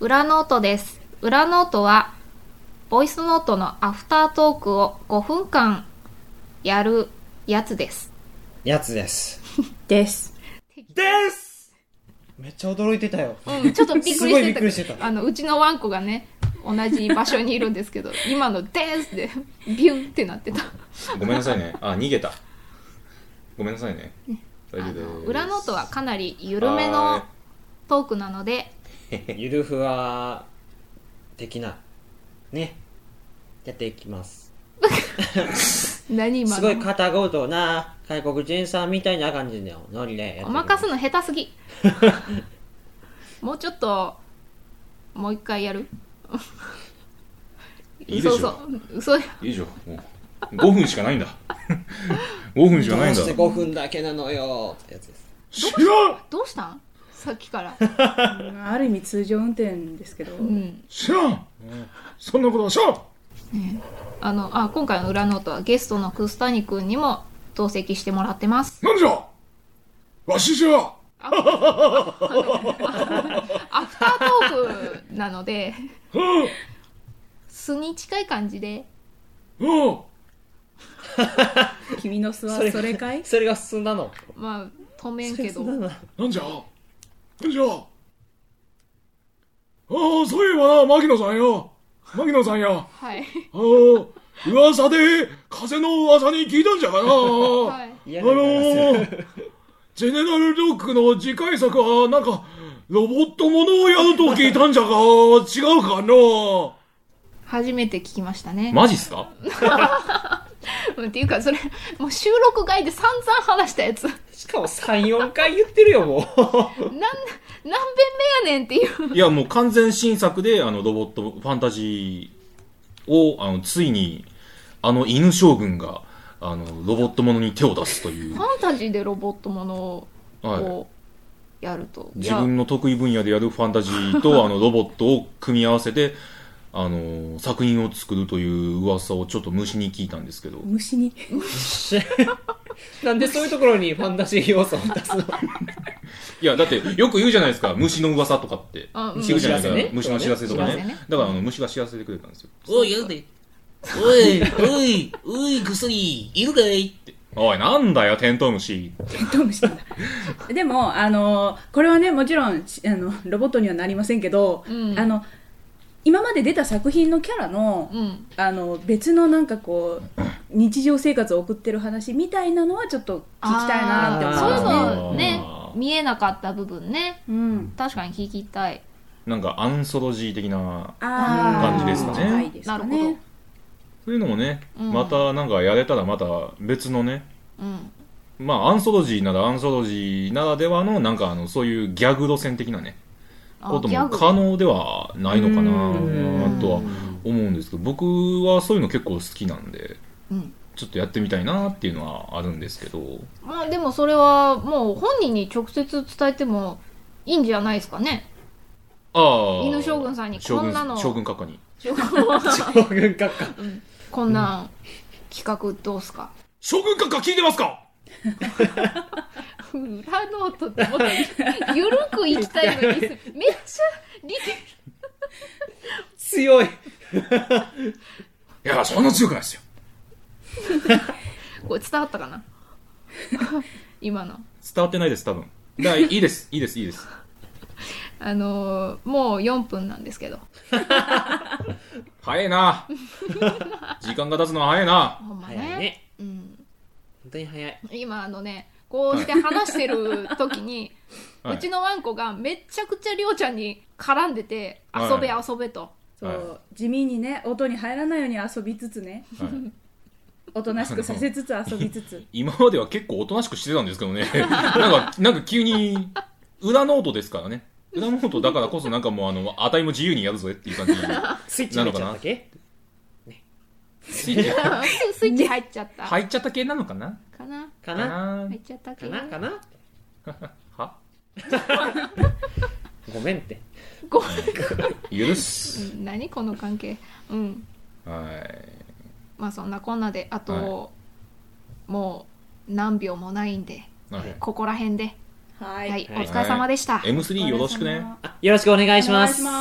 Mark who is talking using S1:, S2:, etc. S1: 裏ノートです。裏ノートは、ボイスノートのアフタートークを5分間やるやつです。
S2: やつです。
S3: です。
S2: ですめっちゃ驚いてたよ。
S1: うん、ちょっとびっくりしてたけど。
S2: すごいびっくりしてた
S1: あの、うちのワンコがね、同じ場所にいるんですけど、今のですで、ビュンってなってた。
S4: ごめんなさいね。あ、逃げた。ごめんなさいね。大丈
S1: あ
S4: 夫で
S1: の
S4: す。
S1: 裏ノートはかなり緩めの
S4: は
S1: トークなので、
S2: ゆるふわ的な、ね、やっていきます。
S1: 何今
S2: すごい
S1: の
S2: 肩ごとな、外国人さんみたいな感じのノリでやっていき
S1: お任せの下手すぎ。 もうちょっと、もう一回やる
S4: いいでしょ
S1: そうそう。嘘
S4: い。いいじゃん。もう5分しかないんだ。5分しか
S2: ど
S4: ないん
S2: う
S4: だ
S2: し。て5分だけなのよってやつです。
S4: 知らん
S1: どうしたんさっき から。
S3: ある意味通常運転ですけど、
S1: うん。
S4: 知らんそんなことは知らん
S1: あの、あ、今回の裏ノートはゲストのクスタニ君にも同席してもらってます。
S4: なんじゃわしじゃ
S1: アフタートークなの で、素に近い感じで、
S4: うん
S3: 君の巣はそれかい
S2: それが進んだの。
S1: まあ、止めんけど
S2: それが進、んだの
S4: なんじゃなんじゃああ、そういえばな、牧野さんよ。牧野さんや。
S1: はい。
S4: ああ、噂で、風の噂に聞いたんじゃがな。
S1: はい。
S2: 嫌
S4: あ
S2: な
S4: の
S2: 話だ
S4: ー、ジェネラルドックの次回作は、なんか、ロボットものをやると聞いたんじゃが、違うかな
S1: 初めて聞きましたね。
S4: マジっすか
S1: うんっていうか、それ、もう収録外で散々話したや つ。なん、
S2: しかも3、4回言ってるよ、もう。
S1: 何遍目やねんっていう。
S4: いや、もう完全新作で、あの、ロボット、ファンタジーを、あの、ついに、あの、犬将軍が、あの、ロボットものに手を出すという
S1: フ、ァンタジーでロボットもの
S4: はい。
S1: をやると。
S4: 自分の得意分野でやるファンタジー と、あの、ロボットを組み合わせて、あの、作品を作るという噂をちょっと虫に聞いたんですけど、
S3: 虫に
S2: なんでそういうところにファンタジー要素を出すの
S4: いや、だって、よく言うじゃないですか、虫の噂とかって
S1: あ。うん
S4: 言うじゃないですか、
S2: 虫
S4: 虫
S2: の
S4: の
S2: 知
S4: 知
S2: ら
S4: ら
S2: せ
S4: せ
S2: ね
S4: とか
S1: 知らせね
S4: ね。だから、あの、虫が知らせてくれたんですよ。
S5: おい、やるで。おい、おい、おい、薬、いるかい
S4: おい、なんだよ、テントウムシ。
S3: テントウムシなんだでもあのこれはねもちろんしあのロボットにはなりませんけど、
S1: うん
S3: あの今まで出た作品のキャラの,、
S1: うん。
S3: あの別のなんかこう日常生活を送ってる話みたいなのはちょっと聞きたいなって思い
S1: あー
S3: ます
S1: そう
S3: ね。
S1: いうのね
S4: あ、ー
S1: 見えなかった部分ね。
S3: うん、
S1: 確かに聞きたい。
S4: なんか、アンソロジー的な、
S3: あー
S4: 感じですかね
S3: ないですかね
S1: なるほ
S4: そういうのもね、
S1: うん
S4: またなんかやれたらまた別のね、
S1: うん。
S4: まあ、アンソロジーならアンソロジーならではの、なんかあの、そういうギャグ路線的なね、
S1: あ
S4: こと
S1: ギャ
S4: も
S1: グ
S4: 可能ではないのか
S2: うん
S4: な、とは思うんですけど、僕はそういうの結構好きなんで、
S1: うん。
S4: ちょっとやってみたいなっていうのはあるんですけど、
S1: まあでもそれはもう本人に直接伝えてもいいんじゃないですかね。
S4: ああ。
S1: 犬将軍さんに
S4: 将軍
S1: こんなの
S4: 将軍閣下に。
S2: 将軍閣下。
S1: こんなん企画どうすか。
S4: 将軍閣下聞いてますか
S1: 裏ノートってもっとゆるくいきたいのに、めっちゃ理解
S2: 強い。
S4: いや、そんな強くないですよ。
S1: これ伝わったかな 今の。
S4: 伝わってないです、多分。だいいです、いいです、いいです。
S1: あのーもう4分なんですけど。
S4: 早 いな時間が経つのは早いな
S1: ほんまね。
S2: 早いね。
S1: うん、
S2: 本当に早い。
S1: 今あのね、こうして話してる時に、
S4: はいう
S1: ちのワンコがめちゃくちゃりょうちゃんに絡んでて、
S4: はい
S1: 遊べ遊べと。
S3: そう、
S4: は
S3: 地味にね音に入らないように遊びつつね
S4: はい
S3: おとなしくさせつつ遊びつつ
S4: 今までは結構おとなしくしてたんですけどね。なんか、なんか急に、裏ノートですからね。裏ノートだからこそなんかもうあの、あたいも自由にやるぜっていう感じ。
S2: スイッチ入っちゃったっけ
S4: ス イッチ
S1: スイッチ入っちゃった。
S4: 入っちゃった系なのかな
S1: かな
S2: か
S4: か
S2: な
S4: な
S1: 入っちゃった
S2: か
S1: けど
S2: なかな
S4: は
S2: ごめんって。
S1: ご
S4: 許す。
S1: 何この関係。うん。
S4: はい。
S1: まあそんなこんなで、あと、
S4: は
S1: もう何秒もないんで、
S4: はい
S1: ここら辺で。
S3: は
S1: はいい、
S2: はい
S1: お疲れ様でした。
S4: M3 よろしくね。
S2: あよろしくお願いしま
S3: お願いします
S2: す。